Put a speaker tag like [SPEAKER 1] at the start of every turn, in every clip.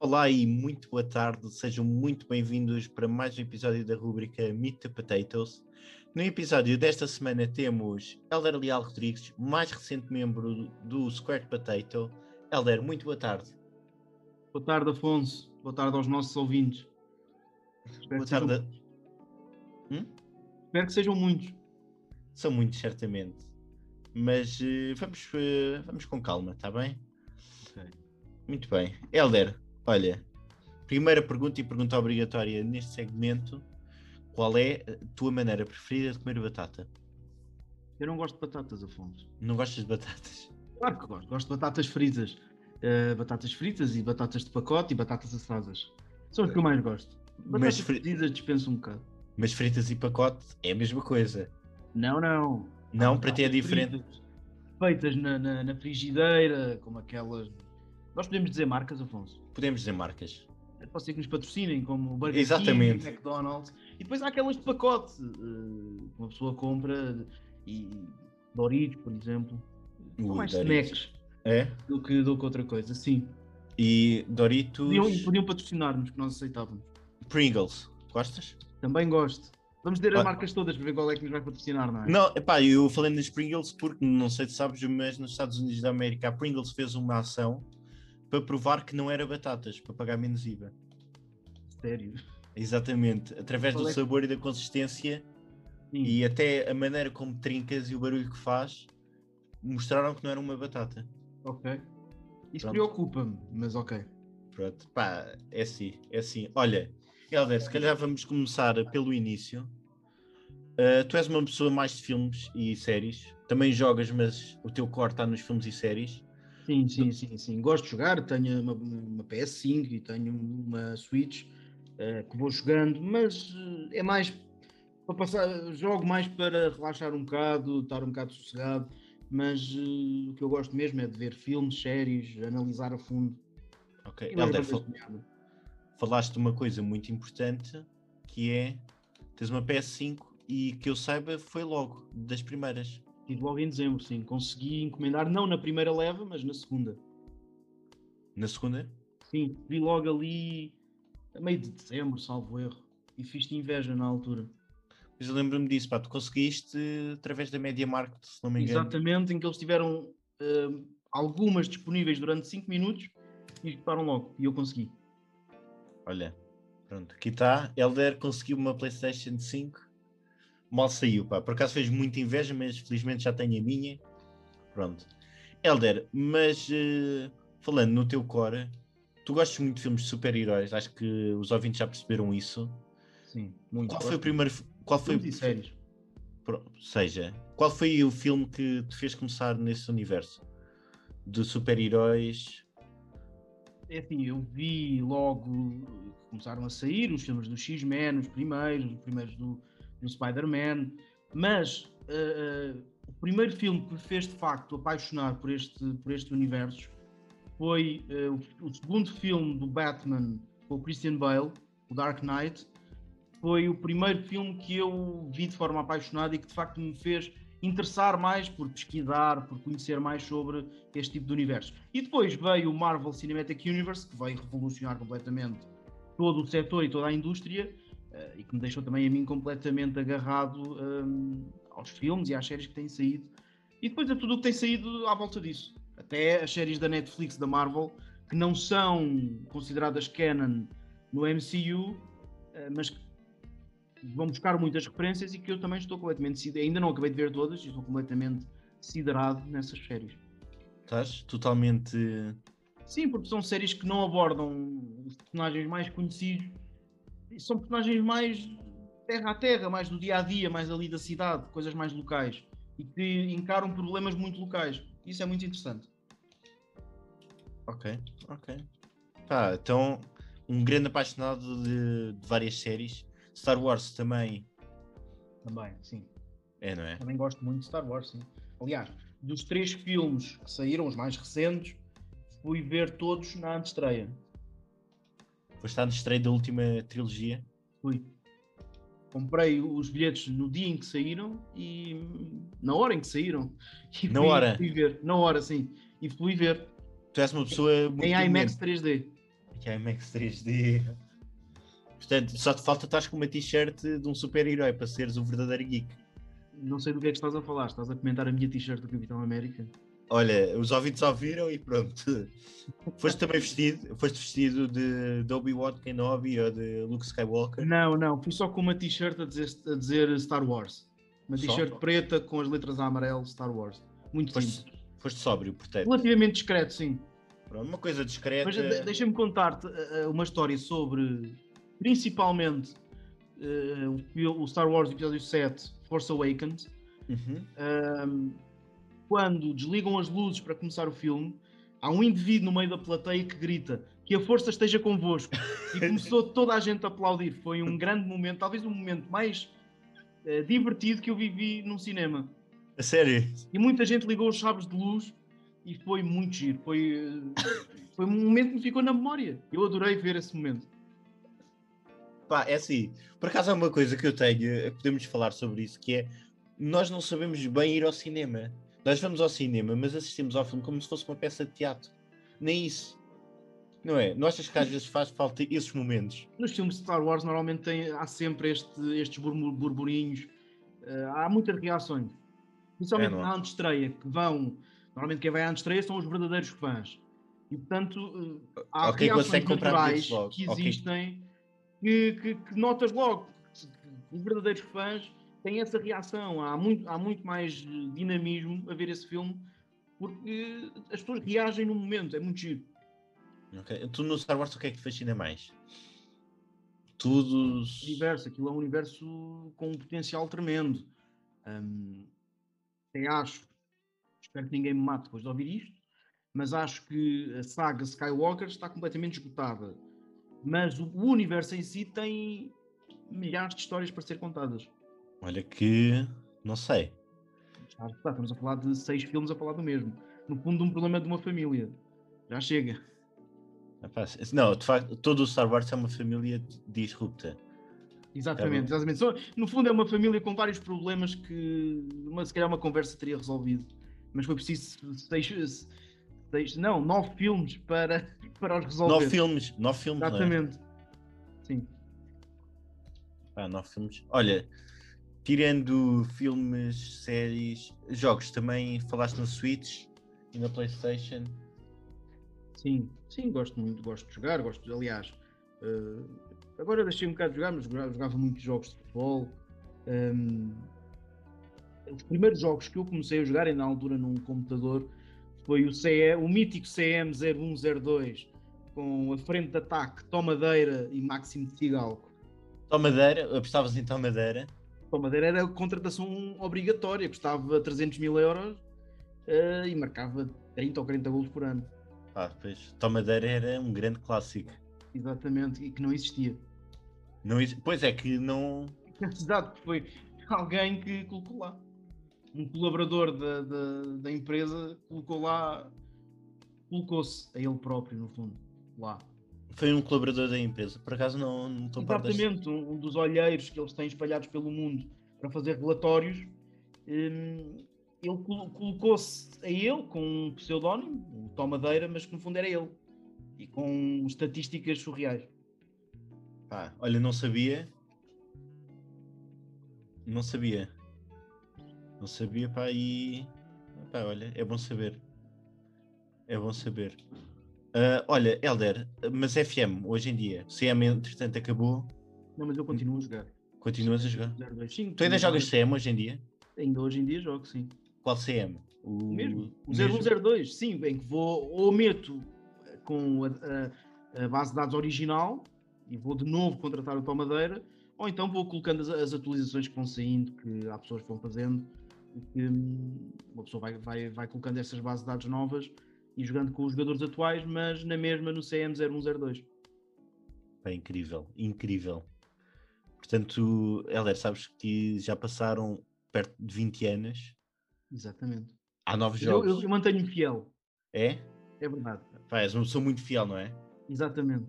[SPEAKER 1] Olá e muito boa tarde, sejam muito bem-vindos para mais um episódio da rubrica Meet the Potatoes. No episódio desta semana temos Helder Leal Rodrigues, mais recente membro do Squared Potato. Helder, muito boa tarde.
[SPEAKER 2] Boa tarde, Afonso. Boa tarde aos nossos ouvintes. Espero
[SPEAKER 1] Boa
[SPEAKER 2] que sejam-
[SPEAKER 1] tarde.
[SPEAKER 2] Espero que sejam muitos.
[SPEAKER 1] São muitos, certamente. Mas eh, vamos, eh, vamos com calma, está bem?
[SPEAKER 2] Ok.
[SPEAKER 1] Muito bem. Helder, olha, primeira pergunta e pergunta obrigatória neste segmento: qual é a tua maneira preferida de comer batata?
[SPEAKER 2] Eu não gosto de batatas, Afonso.
[SPEAKER 1] Não gostas de batatas?
[SPEAKER 2] Claro que gosto. Gosto de batatas fritas. Eh, batatas fritas e batatas de pacote e batatas assadas. São as que eu mais gosto. Batatas
[SPEAKER 1] Mas, fri-
[SPEAKER 2] fritas dispenso um bocado.
[SPEAKER 1] mas fritas e pacote é a mesma coisa.
[SPEAKER 2] Não, não.
[SPEAKER 1] Não,
[SPEAKER 2] Há
[SPEAKER 1] para ti é
[SPEAKER 2] batatas
[SPEAKER 1] diferente.
[SPEAKER 2] Ah, fritas Feitas na, na- na frigideira, como aquelas. Nós podemos dizer marcas, Afonso.
[SPEAKER 1] Podemos dizer marcas.
[SPEAKER 2] Pode ser que nos patrocinem, como o Burger
[SPEAKER 1] Exatamente.
[SPEAKER 2] King, o McDonald's. E depois há aquelas de pacote, eh, que uma pessoa compra e Doritos, por exemplo. São
[SPEAKER 1] Ui,
[SPEAKER 2] mais
[SPEAKER 1] Doritos.
[SPEAKER 2] snacks
[SPEAKER 1] É?
[SPEAKER 2] do que, do que outra coisa, sim.
[SPEAKER 1] E
[SPEAKER 2] Podiam,
[SPEAKER 1] Doritos
[SPEAKER 2] podiam patrocinar-nos, que nós aceitávamos.
[SPEAKER 1] Pringles. Gostas?
[SPEAKER 2] Também gosto. Vamos dizer
[SPEAKER 1] Ah.
[SPEAKER 2] as marcas todas para ver qual é que nos vai patrocinar, não é?
[SPEAKER 1] Não, epá, eu falei nas Pringles porque não sei se sabes, mas nos Estados Unidos da América a Pringles fez uma ação para provar que não era batatas, para pagar menos IVA.
[SPEAKER 2] Sério.
[SPEAKER 1] Exatamente, através
[SPEAKER 2] Qual
[SPEAKER 1] do
[SPEAKER 2] é que-
[SPEAKER 1] sabor e da consistência
[SPEAKER 2] Sim.
[SPEAKER 1] e até a maneira como trincas e o barulho que faz, mostraram que não era uma batata.
[SPEAKER 2] Ok. Isso
[SPEAKER 1] Pronto.
[SPEAKER 2] preocupa-me, mas ok.
[SPEAKER 1] Pronto, pá, é assim, é assim. Olha, Helder, se calhar vamos começar pelo início. Ah, tu és uma pessoa mais de filmes e séries. Também jogas, mas o teu core está nos filmes e séries.
[SPEAKER 2] Sim, sim, sim, sim. Gosto de jogar, tenho uma, uma PS5 e tenho uma Switch eh, que vou jogando, mas eh, é mais para passar, jogo mais para relaxar um bocado, estar um bocado sossegado, mas eh, o que eu gosto mesmo é de ver filmes, séries, analisar a fundo. é
[SPEAKER 1] Ok,
[SPEAKER 2] E umas
[SPEAKER 1] Helder,
[SPEAKER 2] bandas
[SPEAKER 1] fal-
[SPEAKER 2] de merda.
[SPEAKER 1] falaste de uma coisa muito importante que é tens uma PS5 e que eu saiba foi logo das primeiras.
[SPEAKER 2] Tive Tipo, logo em dezembro, sim. Consegui encomendar, não na primeira leva, mas na segunda.
[SPEAKER 1] Na segunda?
[SPEAKER 2] Sim, vi logo ali a meio de dezembro, salvo erro, e fiz-te inveja na altura.
[SPEAKER 1] Mas eu lembro-me disso, pá, tu conseguiste através da Media Market, se não me engano.
[SPEAKER 2] Exatamente, em que eles tiveram hum, algumas disponíveis durante 5 minutos e esgotaram logo. E eu consegui.
[SPEAKER 1] Olha, pronto, aqui está. Elder conseguiu uma PlayStation 5. Mal saiu, pá. Por acaso fez muita inveja, mas felizmente já tenho a minha. Pronto. Elder, mas eh, falando no teu core, tu gostas muito de filmes de super-heróis, acho que os ouvintes já perceberam isso.
[SPEAKER 2] Sim, muito.
[SPEAKER 1] Qual foi o primeiro. fi- Qual foi,
[SPEAKER 2] Filmes e séries.
[SPEAKER 1] pro- seja, qual foi o filme que te fez começar nesse universo? De super-heróis.
[SPEAKER 2] É assim, eu vi logo que começaram a sair os filmes do X-Men, os primeiros, os primeiros do, do Spider-Man, mas ah, ah, o primeiro filme que me fez de facto apaixonar por este, por este universo foi ah, o, o segundo filme do Batman com o Christian Bale, o Dark Knight, foi o primeiro filme que eu vi de forma apaixonada e que de facto me fez interessar mais por pesquisar, por conhecer mais sobre este tipo de universo. E depois veio o Marvel Cinematic Universe, que veio revolucionar completamente todo o setor e toda a indústria eh, e que me deixou também a mim completamente agarrado hum, aos filmes e às séries que têm saído e depois a tudo o que tem saído à volta disso. Até as séries da Netflix, da Marvel, que não são consideradas canon no MCU, eh, mas que vão buscar muitas referências e que eu também estou completamente siderado. Ainda não acabei de ver todas e estou completamente siderado nessas séries.
[SPEAKER 1] Estás totalmente.
[SPEAKER 2] Sim, porque são séries que não abordam os personagens mais conhecidos. E São personagens mais terra a terra, mais do dia a dia, mais ali da cidade, coisas mais locais. E que encaram problemas muito locais. Isso é muito interessante.
[SPEAKER 1] Ok, ok. Pá, então, um grande apaixonado de, de várias séries. Star Wars também
[SPEAKER 2] Também, sim.
[SPEAKER 1] é, não é?
[SPEAKER 2] Também gosto muito de Star Wars, sim. Aliás, dos três filmes que saíram, os mais recentes, fui ver todos na antestreia.
[SPEAKER 1] Foi estar no estreia da última trilogia.
[SPEAKER 2] Fui. Comprei os bilhetes no dia em que saíram e na hora em que saíram. E
[SPEAKER 1] Na
[SPEAKER 2] fui-
[SPEAKER 1] hora?
[SPEAKER 2] Fui ver. Na hora, sim. E fui ver.
[SPEAKER 1] Tu és uma pessoa muito.
[SPEAKER 2] em IMAX
[SPEAKER 1] imponente.
[SPEAKER 2] 3D.
[SPEAKER 1] que é IMAX 3D. Portanto, só te falta estás com uma t-shirt de um super-herói para seres o verdadeiro geek.
[SPEAKER 2] Não sei do que é que estás a falar. Estás a comentar a minha t-shirt do Capitão América?
[SPEAKER 1] Olha, os ouvidos ouviram e pronto. Foste também vestido, foste vestido de, de Obi-Wan Kenobi ou de Luke Skywalker.
[SPEAKER 2] Não, não. Fui só com uma t-shirt a dizer, a dizer Star Wars. Uma
[SPEAKER 1] Só?
[SPEAKER 2] t-shirt preta com as letras a amarelo Star Wars. Muito simples.
[SPEAKER 1] Foste, foste sóbrio, portanto.
[SPEAKER 2] Relativamente discreto, sim.
[SPEAKER 1] Pronto, Uma coisa discreta.
[SPEAKER 2] Mas de- deixa-me contar-te eh, eh, uma história sobre, principalmente, eh, o fil- o Star Wars Episódio 7, Force Awakens.
[SPEAKER 1] Uhum.
[SPEAKER 2] Ahm, quando desligam as luzes para começar o filme, há um indivíduo no meio da plateia que grita que a força esteja convosco. E começou toda a gente a aplaudir. Foi um grande momento, talvez o momento mais eh, divertido que eu vivi num cinema.
[SPEAKER 1] A sério.
[SPEAKER 2] E muita gente ligou os sabres de luz e foi muito giro. Foi, eh, foi um momento que me ficou na memória. Eu adorei ver esse momento.
[SPEAKER 1] Pá, é assim, por acaso há uma coisa que eu tenho, eh, podemos falar sobre isso, que é nós não sabemos bem ir ao cinema. Nós vamos ao cinema, mas assistimos ao filme como se fosse uma peça de teatro. Nem isso. Não é? Não achas que às vezes faz falta esses momentos?
[SPEAKER 2] Nos filmes de Star Wars normalmente tem- há sempre este- estes burmu- burburinhos, eh, há muitas reações. Principalmente
[SPEAKER 1] É, não é?
[SPEAKER 2] na antestreia, que vão. Normalmente quem vai à antestreia são os verdadeiros fãs. E portanto eh, há
[SPEAKER 1] Ok,
[SPEAKER 2] reações
[SPEAKER 1] consegue comprar
[SPEAKER 2] naturais
[SPEAKER 1] bilhetes logo.
[SPEAKER 2] que
[SPEAKER 1] Ok.
[SPEAKER 2] existem que, que- que notas logo. que- que Os verdadeiros fãs têm essa reação. Há muito, há muito mais eh, dinamismo a ver esse filme porque as pessoas reagem no momento, é muito giro.
[SPEAKER 1] Ok? Tu no Star Wars o que é que te fascina mais? Tudo.
[SPEAKER 2] universo, aquilo é um universo com um potencial tremendo. Hum, até acho, espero que ninguém me mate depois de ouvir isto, mas acho que a saga Skywalker está completamente esgotada. Mas o, o universo em si tem milhares de histórias para ser contadas.
[SPEAKER 1] Olha que. Não sei.
[SPEAKER 2] Já está, estamos a falar de seis filmes a falar do mesmo. No fundo, de um problema de uma família. Já chega.
[SPEAKER 1] Epá, se- Não, de facto, todo o Star Wars é uma família d- disrupta.
[SPEAKER 2] Exatamente,
[SPEAKER 1] Tá
[SPEAKER 2] exatamente. Só- no fundo é uma família com vários problemas que uma, se calhar uma conversa teria resolvido. Mas foi preciso seis, seis- não, nove filmes para, para os resolver.
[SPEAKER 1] Nove filmes, nove filmes, não é?
[SPEAKER 2] Exatamente. Sim.
[SPEAKER 1] Pá, Ah, nove filmes. Olha, tirando filmes, séries, jogos, também falaste na Switch e na PlayStation.
[SPEAKER 2] Sim, sim, gosto muito, gosto de jogar, gosto, de- aliás, eh, agora deixei um bocado de jogar, mas jogava, jogava muitos jogos de futebol. ehm, os primeiros jogos que eu comecei a jogar, ainda na altura num computador, foi o, CE, o mítico CM0102, com a frente de ataque, Tomadeira e Máximo de Fidalgo.
[SPEAKER 1] Tomadeira, apostavas em Tomadeira.
[SPEAKER 2] Tomadeira era a contratação obrigatória, custava 300 mil euros eh, e marcava 30 ou 40 golos por ano.
[SPEAKER 1] Pá, Ah, pois, Tomadeira era um grande clássico.
[SPEAKER 2] Exatamente, e que não existia.
[SPEAKER 1] Não, ex- pois é que não.
[SPEAKER 2] Exato, porque foi alguém que colocou lá. Um colaborador da, da, da empresa colocou lá, colocou-se a ele próprio, no fundo, lá.
[SPEAKER 1] Foi um colaborador da empresa. Por acaso não, não estou a par desta-
[SPEAKER 2] Exatamente, um, um dos olheiros que eles têm espalhados pelo mundo para fazer relatórios. hum, ele colo- colocou-se a ele com um pseudónimo, o Tomadeira, mas que no fundo era ele. E com estatísticas surreais.
[SPEAKER 1] Pá, olha, não sabia. Não sabia. Não sabia, pá, e. Pá, olha, é bom saber. É bom saber. Ah, olha, Helder, mas FM, hoje em dia, CM entretanto acabou,
[SPEAKER 2] Não, mas eu continuo a jogar.
[SPEAKER 1] continuas a jogar.
[SPEAKER 2] 025,
[SPEAKER 1] Tu ainda jogas CM hoje em dia?
[SPEAKER 2] Ainda hoje em dia jogo, sim.
[SPEAKER 1] Qual CM?
[SPEAKER 2] O mesmo. O
[SPEAKER 1] Hum, mesmo?
[SPEAKER 2] 0102, sim, bem que vou ou meto eh, com a, a- a base de dados original e vou de novo contratar o Tomadeira, ou então vou colocando as, as atualizações que vão saindo, que há pessoas que vão fazendo, e que hum, uma pessoa vai, vai, vai colocando essas bases de dados novas e jogando com os jogadores atuais, mas na mesma no CM0102.
[SPEAKER 1] Pá, incrível, incrível. Portanto, Helder, sabes que já passaram perto de 20 anos,
[SPEAKER 2] Exatamente. Então,
[SPEAKER 1] há novos
[SPEAKER 2] Eu, um
[SPEAKER 1] jogos.
[SPEAKER 2] eu, eu mantenho-me fiel,
[SPEAKER 1] É?
[SPEAKER 2] é verdade.
[SPEAKER 1] Pá, és uma pessoa muito fiel, não é?
[SPEAKER 2] Exatamente.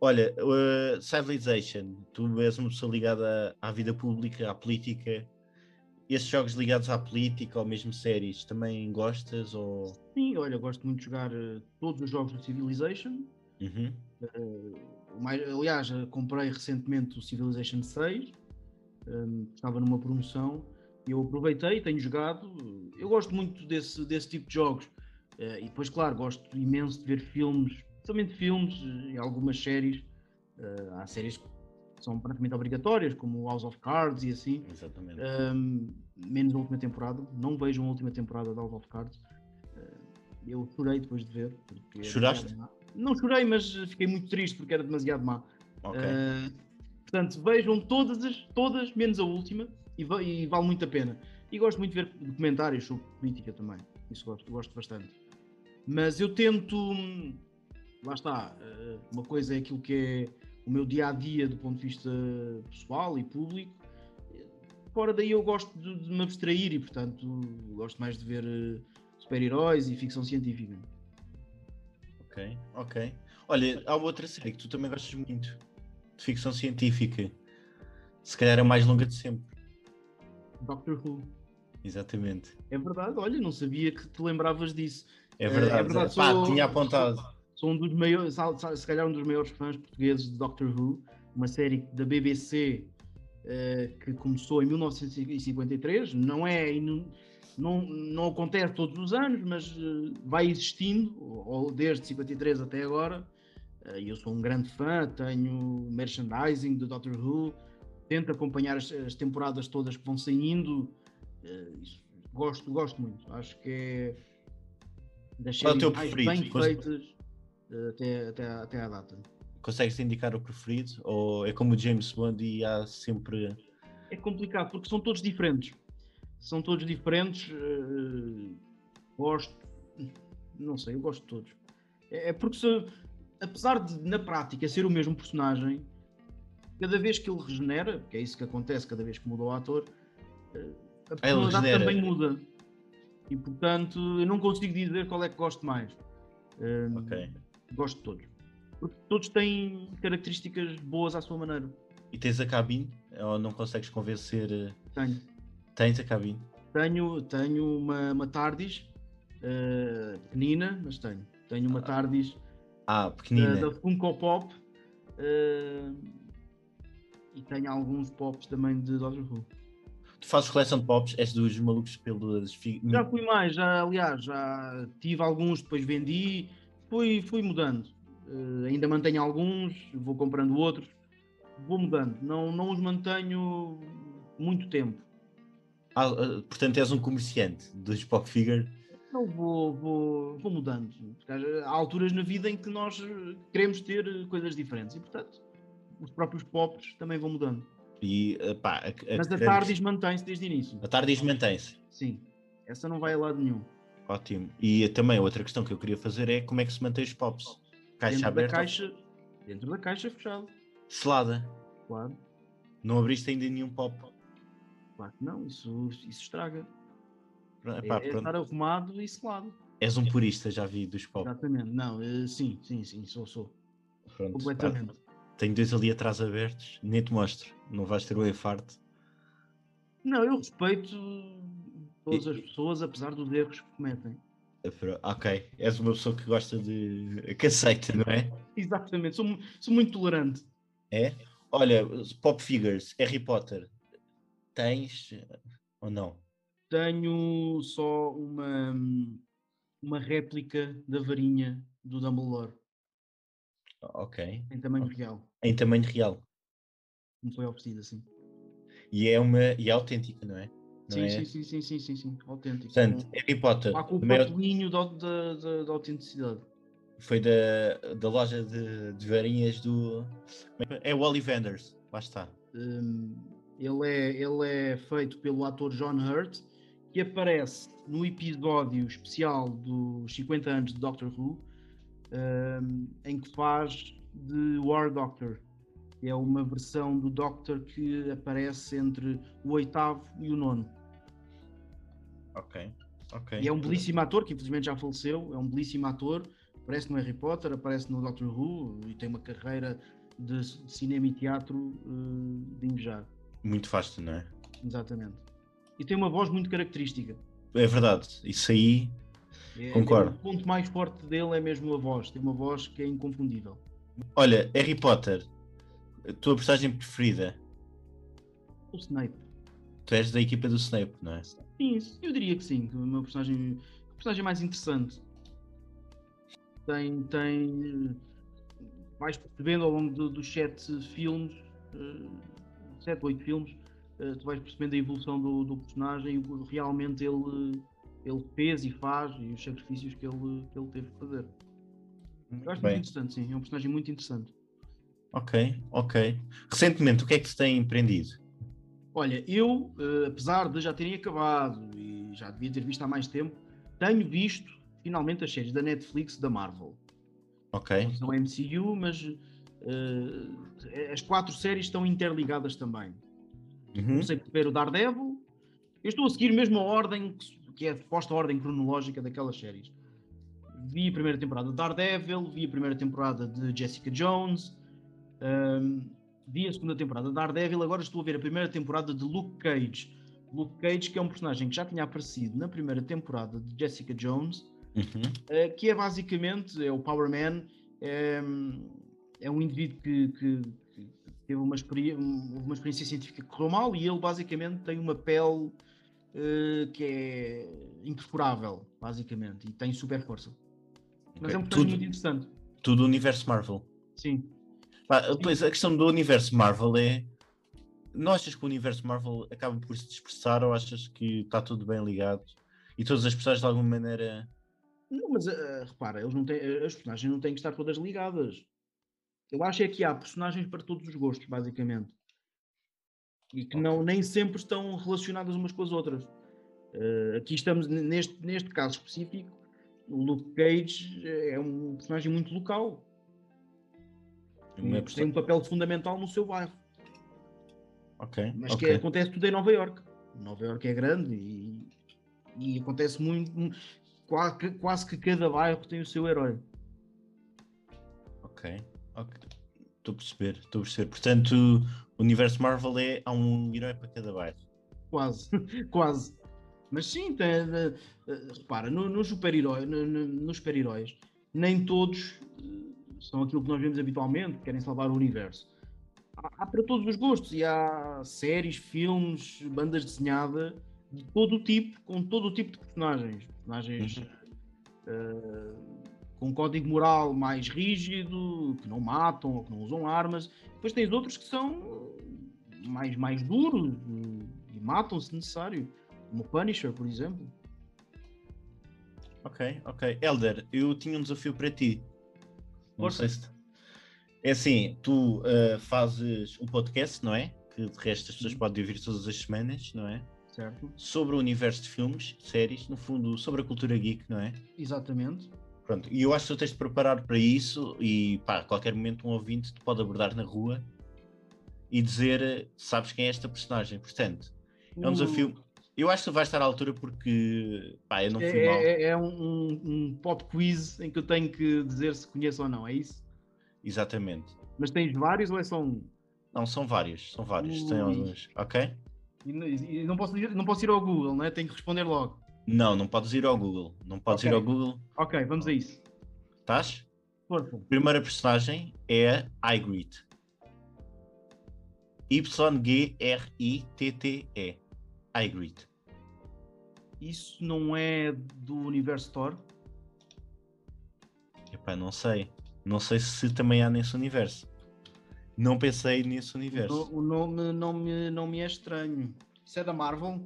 [SPEAKER 1] Olha, uh, Civilization, tu és uma pessoa ligada à, à vida pública, à política. Esses jogos ligados à política ou mesmo séries, também gostas? Ou...
[SPEAKER 2] Sim, olha, gosto muito de jogar eh, todos os jogos do Civilization.
[SPEAKER 1] Uhum.
[SPEAKER 2] Uh, mais- aliás, uh, comprei recentemente o Civilization 6, um, estava numa promoção, e eu aproveitei, tenho jogado. uh, Eu gosto muito desse, desse tipo de jogos. Uh, e depois, claro, gosto imenso de ver filmes, principalmente filmes uh, e algumas séries. Uh, há séries que são praticamente obrigatórias, como House of Cards e assim.
[SPEAKER 1] Exatamente.
[SPEAKER 2] Um, menos a última temporada. Não vejam a última temporada da House of Cards. Uh, eu chorei depois de ver. porque era
[SPEAKER 1] Choraste?
[SPEAKER 2] demasiado má. Não chorei, mas uh, fiquei muito triste porque era demasiado má.
[SPEAKER 1] ok.
[SPEAKER 2] Uh, portanto, vejam todas, as- todas menos a última, e, va- e vale muito a pena. E gosto muito de ver documentários sobre política também. Isso gosto, gosto bastante. Mas eu tento. hum, Lá está. uh, Uma coisa é aquilo que é o meu dia a dia do ponto de vista pessoal e público. Fora daí eu gosto de, de me abstrair e, portanto, gosto mais de ver uh, super-heróis e ficção científica.
[SPEAKER 1] Ok, ok. Olha, há outra série que tu também gostas muito, de ficção científica. Se calhar é a mais longa de sempre.
[SPEAKER 2] Doctor Who.
[SPEAKER 1] Exatamente.
[SPEAKER 2] É verdade, olha, não sabia que te lembravas disso.
[SPEAKER 1] É
[SPEAKER 2] É, é
[SPEAKER 1] verdade.
[SPEAKER 2] verdade,
[SPEAKER 1] Pá,
[SPEAKER 2] sou-
[SPEAKER 1] tinha apontado.
[SPEAKER 2] sou um dos maiores, sal- sal- se calhar um dos maiores fãs portugueses de Doctor Who, uma série da BBC eh, que começou em 1953, não é inu- não, não acontece todos os anos, mas eh, vai existindo, ou, ou desde 53 até agora, Eh, e eu sou um grande fã, tenho merchandising do Doctor Who, tento acompanhar as, as temporadas todas que vão saindo, eh, isso- gosto, gosto muito, acho que é das
[SPEAKER 1] Qual é o
[SPEAKER 2] séries
[SPEAKER 1] teu
[SPEAKER 2] mais
[SPEAKER 1] preferido?
[SPEAKER 2] bem
[SPEAKER 1] Cons-
[SPEAKER 2] feitas eh, até, até, até à data.
[SPEAKER 1] Consegues indicar o preferido? Ou é como o James Bond e há sempre.
[SPEAKER 2] É complicado porque são todos diferentes. São todos diferentes. eh, gosto. Não sei, eu gosto de todos. É, é porque, se- apesar de na prática ser o mesmo personagem, cada vez que ele regenera, porque é isso que acontece cada vez que muda o ator, eh, a personalidade
[SPEAKER 1] regenera.
[SPEAKER 2] também muda. E portanto, eu não consigo dizer qual é que gosto mais. Eh,
[SPEAKER 1] Ok.
[SPEAKER 2] Gosto de todos. Porque todos têm características boas à sua maneira.
[SPEAKER 1] E tens a cabine? Ou não consegues convencer? eh,
[SPEAKER 2] Tenho.
[SPEAKER 1] Tens a cabine?
[SPEAKER 2] Tenho, tenho uma, uma TARDIS eh, pequenina, mas tenho. Tenho uma TARDIS
[SPEAKER 1] Ah,
[SPEAKER 2] da,
[SPEAKER 1] pequenina.
[SPEAKER 2] da Funko Pop eh, e tenho alguns pops também de Doctor Who.
[SPEAKER 1] Tu fazes coleção de pops? És dos malucos pelas. fi- ah,
[SPEAKER 2] Já fui mais, já, aliás, já tive alguns, depois vendi, fui, fui mudando. Eh, ainda mantenho alguns, vou comprando outros, vou mudando. Não, não os mantenho muito tempo.
[SPEAKER 1] Ah, ah, portanto, és um comerciante dos pop figure.
[SPEAKER 2] Não vou, vou, vou mudando. Porque há há alturas na vida em que nós eh, queremos ter eh, coisas diferentes e, portanto, os próprios pops também vão mudando.
[SPEAKER 1] E eh, pá, a, a
[SPEAKER 2] Mas a
[SPEAKER 1] grande-
[SPEAKER 2] TARDIS mantém-se desde o início.
[SPEAKER 1] A Tardis mantém-se.
[SPEAKER 2] Sim, essa não vai a lado nenhum.
[SPEAKER 1] Ótimo. E também outra questão que eu queria fazer é como é que se mantém os pops? Caixa
[SPEAKER 2] dentro
[SPEAKER 1] aberta,
[SPEAKER 2] da caixa, dentro da caixa fechado.
[SPEAKER 1] selada.
[SPEAKER 2] Claro,
[SPEAKER 1] Não abriste ainda nenhum pop.
[SPEAKER 2] claro que não, isso, isso estraga.
[SPEAKER 1] Pronto,
[SPEAKER 2] É,
[SPEAKER 1] epá,
[SPEAKER 2] é
[SPEAKER 1] pronto.
[SPEAKER 2] estar arrumado e selado.
[SPEAKER 1] És um purista, já vi dos pop.
[SPEAKER 2] Exatamente. Não, eh, sim, sim, sim, sou, sou.
[SPEAKER 1] Pronto, pá,
[SPEAKER 2] Completamente.
[SPEAKER 1] tenho dois ali atrás abertos, nem te mostro. Não vais ter o enfarte.
[SPEAKER 2] Não, eu respeito todas as pessoas, apesar dos erros que cometem.
[SPEAKER 1] Eh, pro- Ok, és uma pessoa que gosta de. que aceita, não é?
[SPEAKER 2] Exatamente, sou, mu- sou muito tolerante.
[SPEAKER 1] É? Olha, os pop figures, Harry Potter, tens eh, ou não?
[SPEAKER 2] Tenho só uma, uma réplica da varinha do Dumbledore,
[SPEAKER 1] Ok.
[SPEAKER 2] em tamanho
[SPEAKER 1] Ok.
[SPEAKER 2] real,
[SPEAKER 1] Em tamanho real.
[SPEAKER 2] me foi oferecida assim.
[SPEAKER 1] E é uma. e é autêntica, não é? Não
[SPEAKER 2] Sim,
[SPEAKER 1] é?
[SPEAKER 2] sim, sim, sim, sim, sim, sim, autêntico.
[SPEAKER 1] Portanto, Harry Potter
[SPEAKER 2] Há com o
[SPEAKER 1] também é-
[SPEAKER 2] papelinho da, da, da, da autenticidade.
[SPEAKER 1] foi da, da loja de, de varinhas do. É o Ollivanders, lá está.
[SPEAKER 2] Hum, ele, é, ele é feito pelo ator John Hurt, que aparece no episódio especial dos 50 anos de Doctor Who, hum, em que faz de War Doctor. que É uma versão do Doctor que aparece entre o oitavo e o nono.
[SPEAKER 1] Ok, ok.
[SPEAKER 2] E é um belíssimo ator, que infelizmente já faleceu, é um belíssimo ator, aparece no Harry Potter, aparece no Doctor Who e tem uma carreira de c- de cinema e teatro hum, de invejar.
[SPEAKER 1] Muito vasto, não é?
[SPEAKER 2] Exatamente. E tem uma voz muito característica.
[SPEAKER 1] É verdade, isso aí.
[SPEAKER 2] É-
[SPEAKER 1] Concordo.
[SPEAKER 2] O ponto mais forte dele é mesmo a voz. Tem uma voz que é inconfundível.
[SPEAKER 1] Olha, Harry Potter, a tua personagem preferida?
[SPEAKER 2] O Snape.
[SPEAKER 1] Tu és da equipa do Snape, não é?
[SPEAKER 2] Sim, eu diria que sim. que O meu personagem, o personagem mais interessante. Tem, tem. eh, Vais percebendo ao longo do- dos sete filmes, eh, sete, oito filmes, eh, tu vais percebendo a evolução do, do personagem e o que realmente ele, ele fez e faz e os sacrifícios que ele, que ele teve que fazer. Eu acho muito
[SPEAKER 1] Bem,
[SPEAKER 2] interessante, sim. É um personagem muito interessante.
[SPEAKER 1] ok, ok. Recentemente, o que é que te tem empreendido?
[SPEAKER 2] Olha, eu, eh, apesar de já terem acabado e já devia ter visto há mais tempo, tenho visto finalmente as séries da Netflix da Marvel.
[SPEAKER 1] Ok,
[SPEAKER 2] Não é são MCU, mas eh, as quatro séries estão interligadas também.
[SPEAKER 1] uhum,
[SPEAKER 2] Comecei primeiro o Daredevil. Eu estou a seguir mesmo a ordem, que su- que é a suposta ordem cronológica daquelas séries. Vi a primeira temporada de Daredevil, vi a primeira temporada de Jessica Jones, ahm, vi a segunda temporada de Daredevil, agora estou a ver a primeira temporada de Luke Cage. Luke Cage, que é um personagem que já tinha aparecido na primeira temporada de Jessica Jones,
[SPEAKER 1] uhum.
[SPEAKER 2] eh, que é basicamente é o Power Man, é, é um indivíduo que, que- que teve uma, experi- um- uma experiência científica que correu mal e ele basicamente tem uma pele eh, que é imperfurável, basicamente, e tem super força. Mas
[SPEAKER 1] Ok.
[SPEAKER 2] é um personagem muito
[SPEAKER 1] tudo,
[SPEAKER 2] interessante.
[SPEAKER 1] tudo o universo Marvel.
[SPEAKER 2] Sim.
[SPEAKER 1] Pá, Depois, a questão do universo Marvel é. Não achas que o universo Marvel acaba por se dispersar ou achas que está tudo bem ligado e todas as pessoas de alguma maneira.
[SPEAKER 2] Não, mas eh, repara, eles não têm, eh, as personagens não têm que estar todas ligadas. Eu acho é que há personagens para todos os gostos, basicamente. e que não, nem sempre estão relacionadas umas com as outras. Eh, aqui estamos, n- neste, neste caso específico, o Luke Cage eh, é um personagem muito local.
[SPEAKER 1] É Uma
[SPEAKER 2] e
[SPEAKER 1] pessoa-
[SPEAKER 2] tem um papel fundamental no seu bairro.
[SPEAKER 1] Ok,
[SPEAKER 2] Mas
[SPEAKER 1] ok.
[SPEAKER 2] que acontece tudo em Nova York. Nova York é grande e, e acontece muito. Quase que, quase que cada bairro tem o seu herói. é-
[SPEAKER 1] Ok, ok. Estou a perceber, estou a perceber. Portanto, o universo Marvel é há um herói para cada bairro.
[SPEAKER 2] Quase, quase. Mas sim, tem, eh, eh, repara, no, no super-herói, no- no- nos super-heróis, nem todos eh, são aquilo que nós vemos habitualmente, que querem salvar o universo. Há, há para todos os gostos e há séries, filmes, bandas desenhadas de todo o tipo, com todo o tipo de personagens. Personagens eh, com código moral mais rígido, que não matam ou que não usam armas. Depois tens outros que são eh, mais, mais duros eh, e matam se necessário. Como o Punisher, por exemplo.
[SPEAKER 1] Ok, ok. Elder, eu tinha um desafio para ti. Não sei
[SPEAKER 2] Força.
[SPEAKER 1] se. É assim, tu ah, fazes um podcast, não é? Que de resto as pessoas
[SPEAKER 2] Sim.
[SPEAKER 1] podem ouvir todas as semanas, não é?
[SPEAKER 2] Certo?
[SPEAKER 1] Sobre o universo de filmes, séries, no fundo, sobre a cultura geek, não é?
[SPEAKER 2] Exatamente.
[SPEAKER 1] Pronto, e eu acho que tu tens de preparar para isso e pá, a qualquer momento um ouvinte te pode abordar na rua e dizer eh, sabes quem é esta personagem. Portanto, é um desafio. Eu acho que tu vais estar à altura porque pá, eu não
[SPEAKER 2] É,
[SPEAKER 1] fui mal.
[SPEAKER 2] é- é um, um- um pop quiz em que eu tenho que dizer se conheço ou não, é isso?
[SPEAKER 1] Exatamente.
[SPEAKER 2] Mas tens vários ou é só um?
[SPEAKER 1] Não, são vários, são vários. Tem
[SPEAKER 2] Ui.
[SPEAKER 1] alguns. Ok?
[SPEAKER 2] E, n- e não, posso, ir- não posso ir ao Google, né? tenho que responder logo.
[SPEAKER 1] Não, não podes ir ao Google. Não podes ir
[SPEAKER 2] Ok.
[SPEAKER 1] ao Google.
[SPEAKER 2] Ok, vamos a isso.
[SPEAKER 1] Estás?
[SPEAKER 2] Força.
[SPEAKER 1] Primeira personagem é a Ygritte. Y-G-R-I-T-T-E. Ygritte.
[SPEAKER 2] Isso não é do universo Thor?
[SPEAKER 1] Epá, não sei. Não sei se também há nesse universo. Não pensei nesse universo.
[SPEAKER 2] O, o nome não me, não me é estranho. Isso é da Marvel?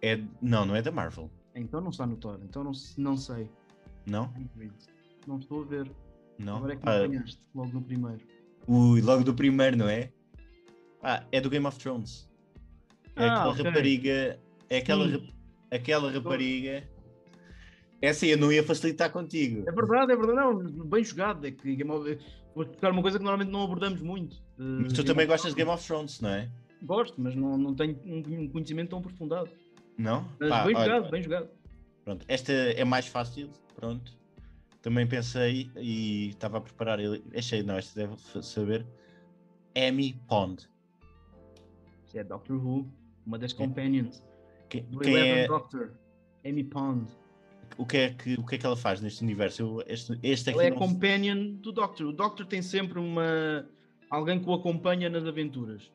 [SPEAKER 1] É... Não, não é da Marvel.
[SPEAKER 2] Então não está no Thor, então não, se- não sei.
[SPEAKER 1] Não?
[SPEAKER 2] Não estou a ver.
[SPEAKER 1] Não?
[SPEAKER 2] Agora é que me
[SPEAKER 1] Ah,
[SPEAKER 2] apanhaste logo no primeiro.
[SPEAKER 1] ui, logo do primeiro, não é? Ah, é do Game of Thrones. É
[SPEAKER 2] Ah,
[SPEAKER 1] aquela
[SPEAKER 2] ok.
[SPEAKER 1] rapariga. É aquela,
[SPEAKER 2] Sim.
[SPEAKER 1] rap- aquela rapariga. É assim, eu não ia facilitar contigo.
[SPEAKER 2] É verdade, é verdade. Não, bem jogado. É que Game of... vou tocar uma coisa que normalmente não abordamos muito. Eh,
[SPEAKER 1] Mas tu
[SPEAKER 2] Game
[SPEAKER 1] também
[SPEAKER 2] of-
[SPEAKER 1] gostas de Game of Thrones, não é?
[SPEAKER 2] Gosto, mas não, não tenho um um conhecimento tão aprofundado.
[SPEAKER 1] Não?
[SPEAKER 2] Mas
[SPEAKER 1] Pá,
[SPEAKER 2] bem
[SPEAKER 1] Ah, olha,
[SPEAKER 2] jogado, bem jogado.
[SPEAKER 1] Pronto, esta é mais fácil, pronto. Também pensei e estava a preparar, ele- achei, não, esta deve fa- saber. Amy Pond.
[SPEAKER 2] Isso é Doctor Who, uma das companions.
[SPEAKER 1] Que-
[SPEAKER 2] Do
[SPEAKER 1] quem
[SPEAKER 2] Eleven
[SPEAKER 1] é,
[SPEAKER 2] Doctor. Amy Pond.
[SPEAKER 1] o que é que, o que, é que ela faz neste universo? Eu- este, este aqui
[SPEAKER 2] Ela é
[SPEAKER 1] não-
[SPEAKER 2] a companion do Doctor. O Doctor tem sempre uma alguém que o acompanha nas aventuras.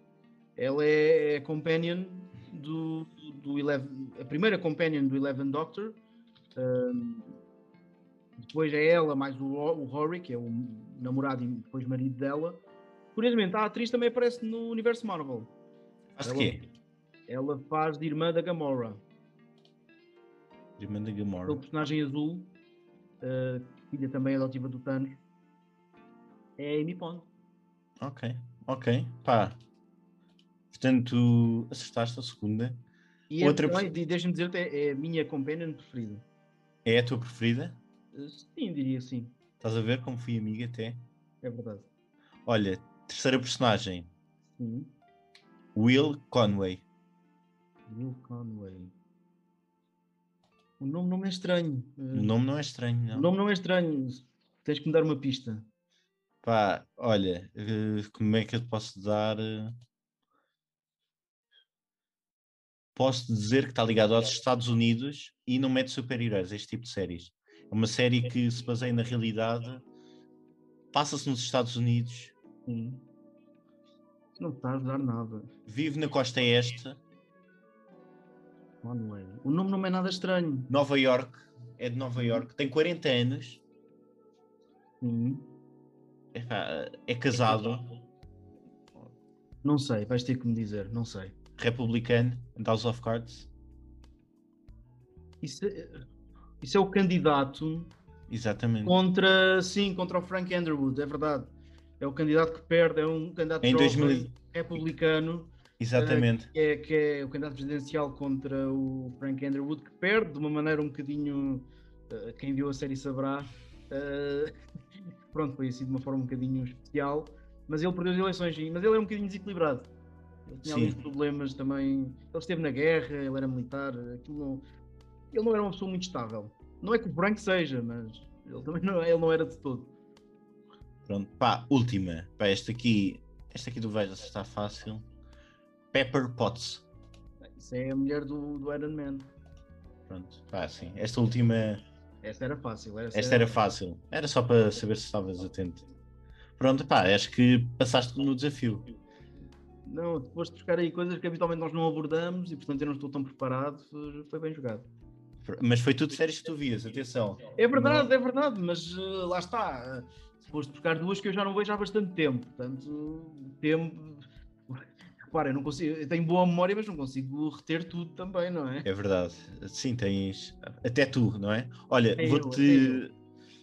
[SPEAKER 2] Ela é a companion do, do Eleven, a primeira companion do Eleven Doctor. Ahm, depois é ela mais o, Ro- o Rory, que é o namorado e depois marido dela. Curiosamente, a atriz também aparece no universo Marvel.
[SPEAKER 1] Faz de
[SPEAKER 2] ela,
[SPEAKER 1] quê?
[SPEAKER 2] ela faz de irmã da Gamora.
[SPEAKER 1] Irmã da
[SPEAKER 2] aquele
[SPEAKER 1] Gamora.
[SPEAKER 2] personagem azul, eh, filha também adotiva do Thanos, é a Amy Pond.
[SPEAKER 1] Ok, ok. Pá. Portanto, acertaste a segunda.
[SPEAKER 2] E
[SPEAKER 1] Outra
[SPEAKER 2] Outra... deixa-me dizer-te, é é a minha companion preferida.
[SPEAKER 1] É a tua preferida?
[SPEAKER 2] Eh, Sim, diria que sim,
[SPEAKER 1] Estás a ver como fui amiga até?
[SPEAKER 2] é verdade.
[SPEAKER 1] Olha, terceira personagem.
[SPEAKER 2] Sim,
[SPEAKER 1] Will Conway.
[SPEAKER 2] Will Conway. O nome não é estranho. eh,
[SPEAKER 1] O nome não é estranho,
[SPEAKER 2] o
[SPEAKER 1] não?
[SPEAKER 2] nome não é estranho. Tens que me dar uma pista.
[SPEAKER 1] Pá, olha, eh, como é que eu te posso dar? eh? Posso dizer que está ligado aos Estados Unidos e não mete super-heróis, este tipo de séries. É uma série que se baseia na realidade, passa-se nos Estados Unidos,
[SPEAKER 2] Sim. Não me está a ajudar nada.
[SPEAKER 1] vive na costa este,
[SPEAKER 2] Conway. O nome não é nada estranho.
[SPEAKER 1] Nova York, é de Nova York, tem 40 anos,
[SPEAKER 2] Sim.
[SPEAKER 1] epá, é casado,
[SPEAKER 2] Não sei, vais ter que me dizer, não sei.
[SPEAKER 1] republicano, House of Cards,
[SPEAKER 2] Isso é, isso é o candidato
[SPEAKER 1] exatamente.
[SPEAKER 2] contra, sim, contra o Frank Underwood, é verdade. É o candidato que perde, é um candidato
[SPEAKER 1] Em
[SPEAKER 2] jovem,
[SPEAKER 1] 2000
[SPEAKER 2] republicano,
[SPEAKER 1] Exatamente.
[SPEAKER 2] é que é, que é o candidato presidencial contra o Frank Underwood, que perde de uma maneira um bocadinho, eh, quem viu a série saberá, eh, pronto, foi assim de uma forma um bocadinho especial, mas ele perdeu as eleições, sim, mas ele era um bocadinho desequilibrado. Ele tinha
[SPEAKER 1] Sim.
[SPEAKER 2] alguns problemas também, ele esteve na guerra, ele era militar, aquilo não- ele não era uma pessoa muito estável. Não é que o branco seja, mas ele também não, é, ele não era de todo.
[SPEAKER 1] Pronto, pá, última. Pá, esta aqui, esta aqui do Veja está fácil. Pepper Potts.
[SPEAKER 2] Isso é a mulher do, do Iron Man.
[SPEAKER 1] Pronto, pá, sim. Esta última,
[SPEAKER 2] Esta era fácil.
[SPEAKER 1] esta era fácil. Era só para saber se estavas atento. Pronto, pá, acho que passaste no desafio.
[SPEAKER 2] Não, depois de buscar aí coisas que habitualmente nós não abordamos e portanto eu não estou tão preparado, foi- foi bem jogado.
[SPEAKER 1] Mas foi tudo séries que tu vias, atenção.
[SPEAKER 2] É verdade, é verdade, mas eh, lá está. eh, Depois de buscar duas que eu já não vejo há bastante tempo, portanto, o tempo. Repara, eu não consigo. Eu tenho boa memória, mas não consigo reter tudo também, não é?
[SPEAKER 1] É verdade. Sim, tens. Até tu, não é? Olha,
[SPEAKER 2] É eu,
[SPEAKER 1] vou-te.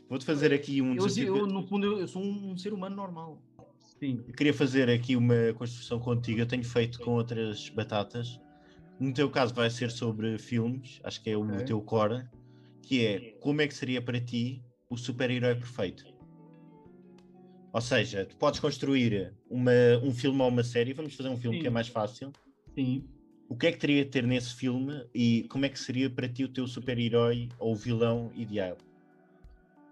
[SPEAKER 1] Vou-te fazer aqui um
[SPEAKER 2] Eu, assim,
[SPEAKER 1] desafio.
[SPEAKER 2] eu, no fundo, eu, eu sou um, um ser humano normal. Sim.
[SPEAKER 1] Eu queria fazer aqui uma construção contigo. Eu tenho feito com outras batatas. No teu caso, vai ser sobre filmes, acho que é o
[SPEAKER 2] Ok.
[SPEAKER 1] teu core, que é como é que seria para ti o super-herói perfeito? Ou seja, tu podes construir uma, um filme ou uma série, vamos fazer um filme que é
[SPEAKER 2] Sim.
[SPEAKER 1] mais fácil.
[SPEAKER 2] Sim.
[SPEAKER 1] O que é que teria de ter nesse filme e como é que seria para ti o teu super-herói ou vilão ideal?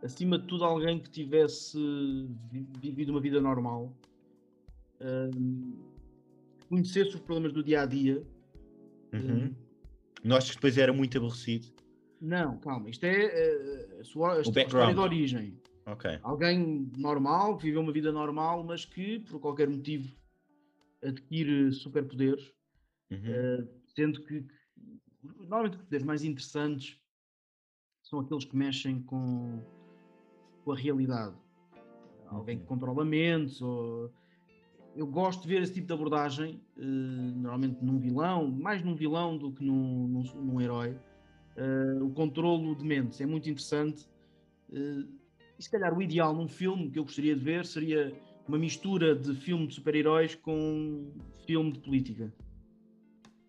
[SPEAKER 2] acima de tudo alguém que tivesse vi- vivido uma vida normal, hum, conhecesse os problemas do dia a dia.
[SPEAKER 1] Uhum. Nós que depois era muito aborrecido.
[SPEAKER 2] Não, calma, isto é eh, a sua a história
[SPEAKER 1] background.
[SPEAKER 2] de origem.
[SPEAKER 1] Ok.
[SPEAKER 2] Alguém normal, que viveu uma vida normal, mas que por qualquer motivo adquire superpoderes, É. eh,
[SPEAKER 1] Uhum.
[SPEAKER 2] sendo que que- normalmente os poderes mais interessantes são aqueles que mexem com, com a realidade. Alguém que
[SPEAKER 1] Uhum.
[SPEAKER 2] controla mentes, ou... eu gosto de ver esse tipo de abordagem, eh, normalmente num vilão, mais num vilão do que num, num, num herói. Eh, o controlo de mentes é muito interessante. Eh, e se calhar o ideal num filme que eu gostaria de ver seria uma mistura de filme de super-heróis com filme de política.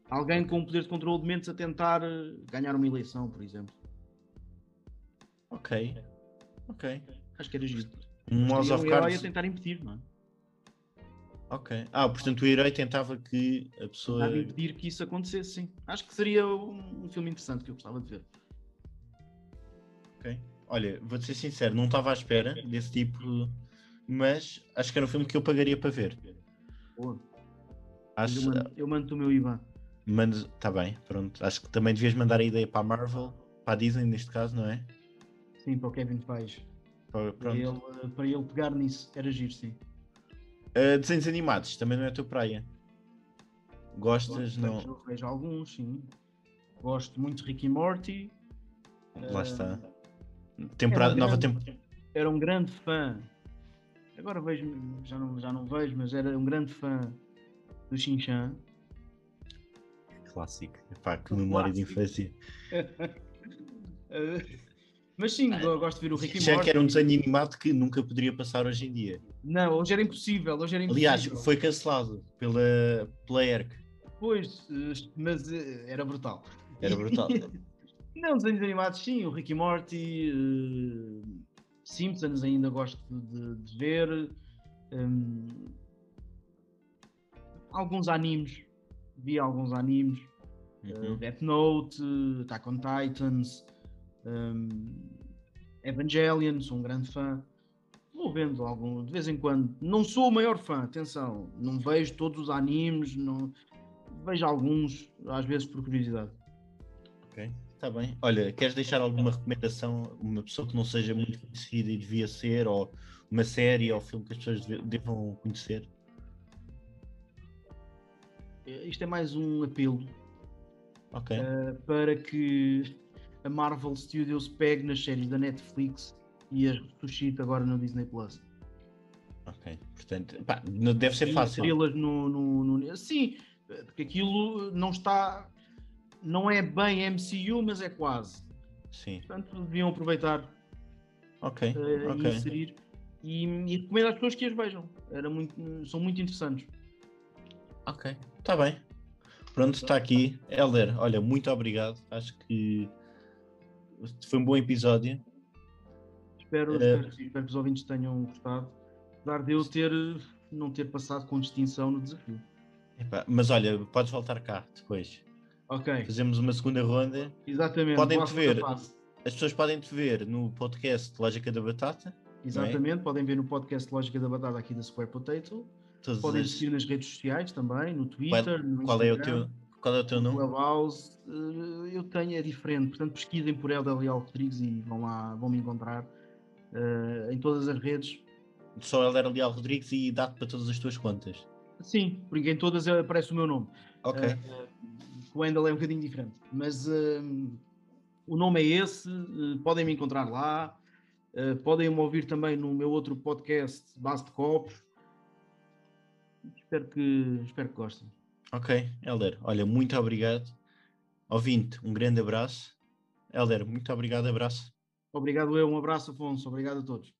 [SPEAKER 2] Alguém com poder de controle de mentes a tentar eh, ganhar uma eleição, por exemplo.
[SPEAKER 1] Ok. Ok.
[SPEAKER 2] Acho que era giro.
[SPEAKER 1] Um House
[SPEAKER 2] Seria
[SPEAKER 1] of
[SPEAKER 2] um herói a
[SPEAKER 1] Cards.
[SPEAKER 2] tentar impedir, não é?
[SPEAKER 1] Ok. Ah, portanto o herói tentava que a pessoa.
[SPEAKER 2] Tentar impedir que isso acontecesse, sim. Acho que seria um, um filme interessante que eu gostava de ver.
[SPEAKER 1] Ok. Olha, vou-te ser sincero, não estava à espera desse tipo, mas acho que era um filme que eu pagaria para ver.
[SPEAKER 2] Boa. Mas
[SPEAKER 1] Acho.
[SPEAKER 2] Eu mando, eu mando o meu IBAN.
[SPEAKER 1] Mando... Tá bem, pronto. Acho que também devias mandar a ideia para a Marvel, para para a Disney neste caso, não é?
[SPEAKER 2] Sim, para o Kevin Feige.
[SPEAKER 1] Para-
[SPEAKER 2] Para
[SPEAKER 1] Pronto.
[SPEAKER 2] ele, eh, para ele pegar nisso, era giro, sim.
[SPEAKER 1] Ah, desenhos animados, também não é a tua praia. Gostas?
[SPEAKER 2] Bom,
[SPEAKER 1] Não.
[SPEAKER 2] vejo- Vejo alguns, sim. Gosto muito de Rick e Morty.
[SPEAKER 1] Lá
[SPEAKER 2] Eh,
[SPEAKER 1] está. Temporada,
[SPEAKER 2] é uma
[SPEAKER 1] nova
[SPEAKER 2] grande-
[SPEAKER 1] temporada.
[SPEAKER 2] Era um grande fã. Agora vejo, já não, já não vejo, mas era um grande fã do Shinchan.
[SPEAKER 1] Clássico. Epá, É que
[SPEAKER 2] Um
[SPEAKER 1] memória de
[SPEAKER 2] clássico.
[SPEAKER 1] infância.
[SPEAKER 2] Eh, mas sim,
[SPEAKER 1] Ah,
[SPEAKER 2] eu gosto de ver o Rick e
[SPEAKER 1] Já
[SPEAKER 2] Morty.
[SPEAKER 1] que era um desenho animado que nunca poderia passar hoje em dia.
[SPEAKER 2] Não, hoje era impossível, hoje era impossível.
[SPEAKER 1] Aliás, foi cancelado pela, pela ERC.
[SPEAKER 2] Pois, eh, mas eh, era brutal.
[SPEAKER 1] Era brutal.
[SPEAKER 2] Não, desenhos animados, sim, o Rick e Morty, eh, Simpsons ainda gosto de, de ver, hum, alguns animes, vi alguns animes, eh,
[SPEAKER 1] Uhum.
[SPEAKER 2] Death Note, eh, Attack on Titans, hum, Evangelion, sou um grande fã, vou vendo algum, de vez em quando, não sou o maior fã, atenção, não vejo todos os animes, não, vejo alguns, às vezes por curiosidade.
[SPEAKER 1] Ok, está Tá bem. Olha, queres deixar alguma recomendação? Uma pessoa que não seja muito conhecida e devia ser, ou uma série ou filme que as pessoas deve- devam conhecer?
[SPEAKER 2] Eh, Isto é mais um apelo
[SPEAKER 1] Ok.
[SPEAKER 2] Eh, para que a Marvel Studios pegue nas séries da Netflix e as ressuscite agora no Disney Plus.
[SPEAKER 1] Ok, portanto, pá, não deve ser
[SPEAKER 2] E
[SPEAKER 1] fácil.
[SPEAKER 2] inseri-las no, no, no- Sim, eh, porque aquilo não está. Não é bem MCU, mas é quase.
[SPEAKER 1] Sim,
[SPEAKER 2] Portanto, deviam aproveitar
[SPEAKER 1] ok,
[SPEAKER 2] eh, e
[SPEAKER 1] ok.
[SPEAKER 2] inserir. E, e recomendo às pessoas que as vejam. Era muito, são muito interessantes.
[SPEAKER 1] Ok, está Tá bem. Pronto, está aqui. Helder, olha, muito obrigado. Acho que foi um bom episódio.
[SPEAKER 2] Espero,
[SPEAKER 1] Eh.
[SPEAKER 2] espero, que- espero que os ouvintes tenham gostado. Apesar de eu ter, eh, não ter passado com distinção no desafio.
[SPEAKER 1] Epá, mas olha, podes voltar cá depois.
[SPEAKER 2] Ok,
[SPEAKER 1] Fazemos uma segunda ronda.
[SPEAKER 2] exatamente.
[SPEAKER 1] Podem
[SPEAKER 2] boa
[SPEAKER 1] te
[SPEAKER 2] segunda
[SPEAKER 1] ver. é?
[SPEAKER 2] fase.
[SPEAKER 1] As pessoas podem te ver no podcast Lógica da Batata.
[SPEAKER 2] Exatamente, podem ver no podcast Lógica da Batata aqui da Square Potato.
[SPEAKER 1] Todas
[SPEAKER 2] Podem
[SPEAKER 1] as-
[SPEAKER 2] seguir nas redes sociais também, no Twitter, no
[SPEAKER 1] Qual é o
[SPEAKER 2] Instagram,
[SPEAKER 1] teu, qual é o teu
[SPEAKER 2] no
[SPEAKER 1] nome?
[SPEAKER 2] Clubhouse. Eh, Eu tenho, é diferente, portanto pesquisem por Elda Leal Rodrigues e vão lá, vão me encontrar eh, em todas as redes.
[SPEAKER 1] Só Helder Leal Rodrigues e dá-te para todas as tuas contas.
[SPEAKER 2] Sim, porque em todas eh, aparece o meu nome.
[SPEAKER 1] Ok,
[SPEAKER 2] Eh, eh, o handle é um bocadinho diferente, mas eh, o nome é esse, eh, podem me encontrar lá, eh, podem me ouvir também no meu outro podcast, Base de Copos. Espero que, espero que gostem.
[SPEAKER 1] ok. Helder, olha, muito obrigado. Ouvinte, um grande abraço. Helder, muito obrigado, abraço.
[SPEAKER 2] Obrigado eu, um abraço Afonso, obrigado a todos.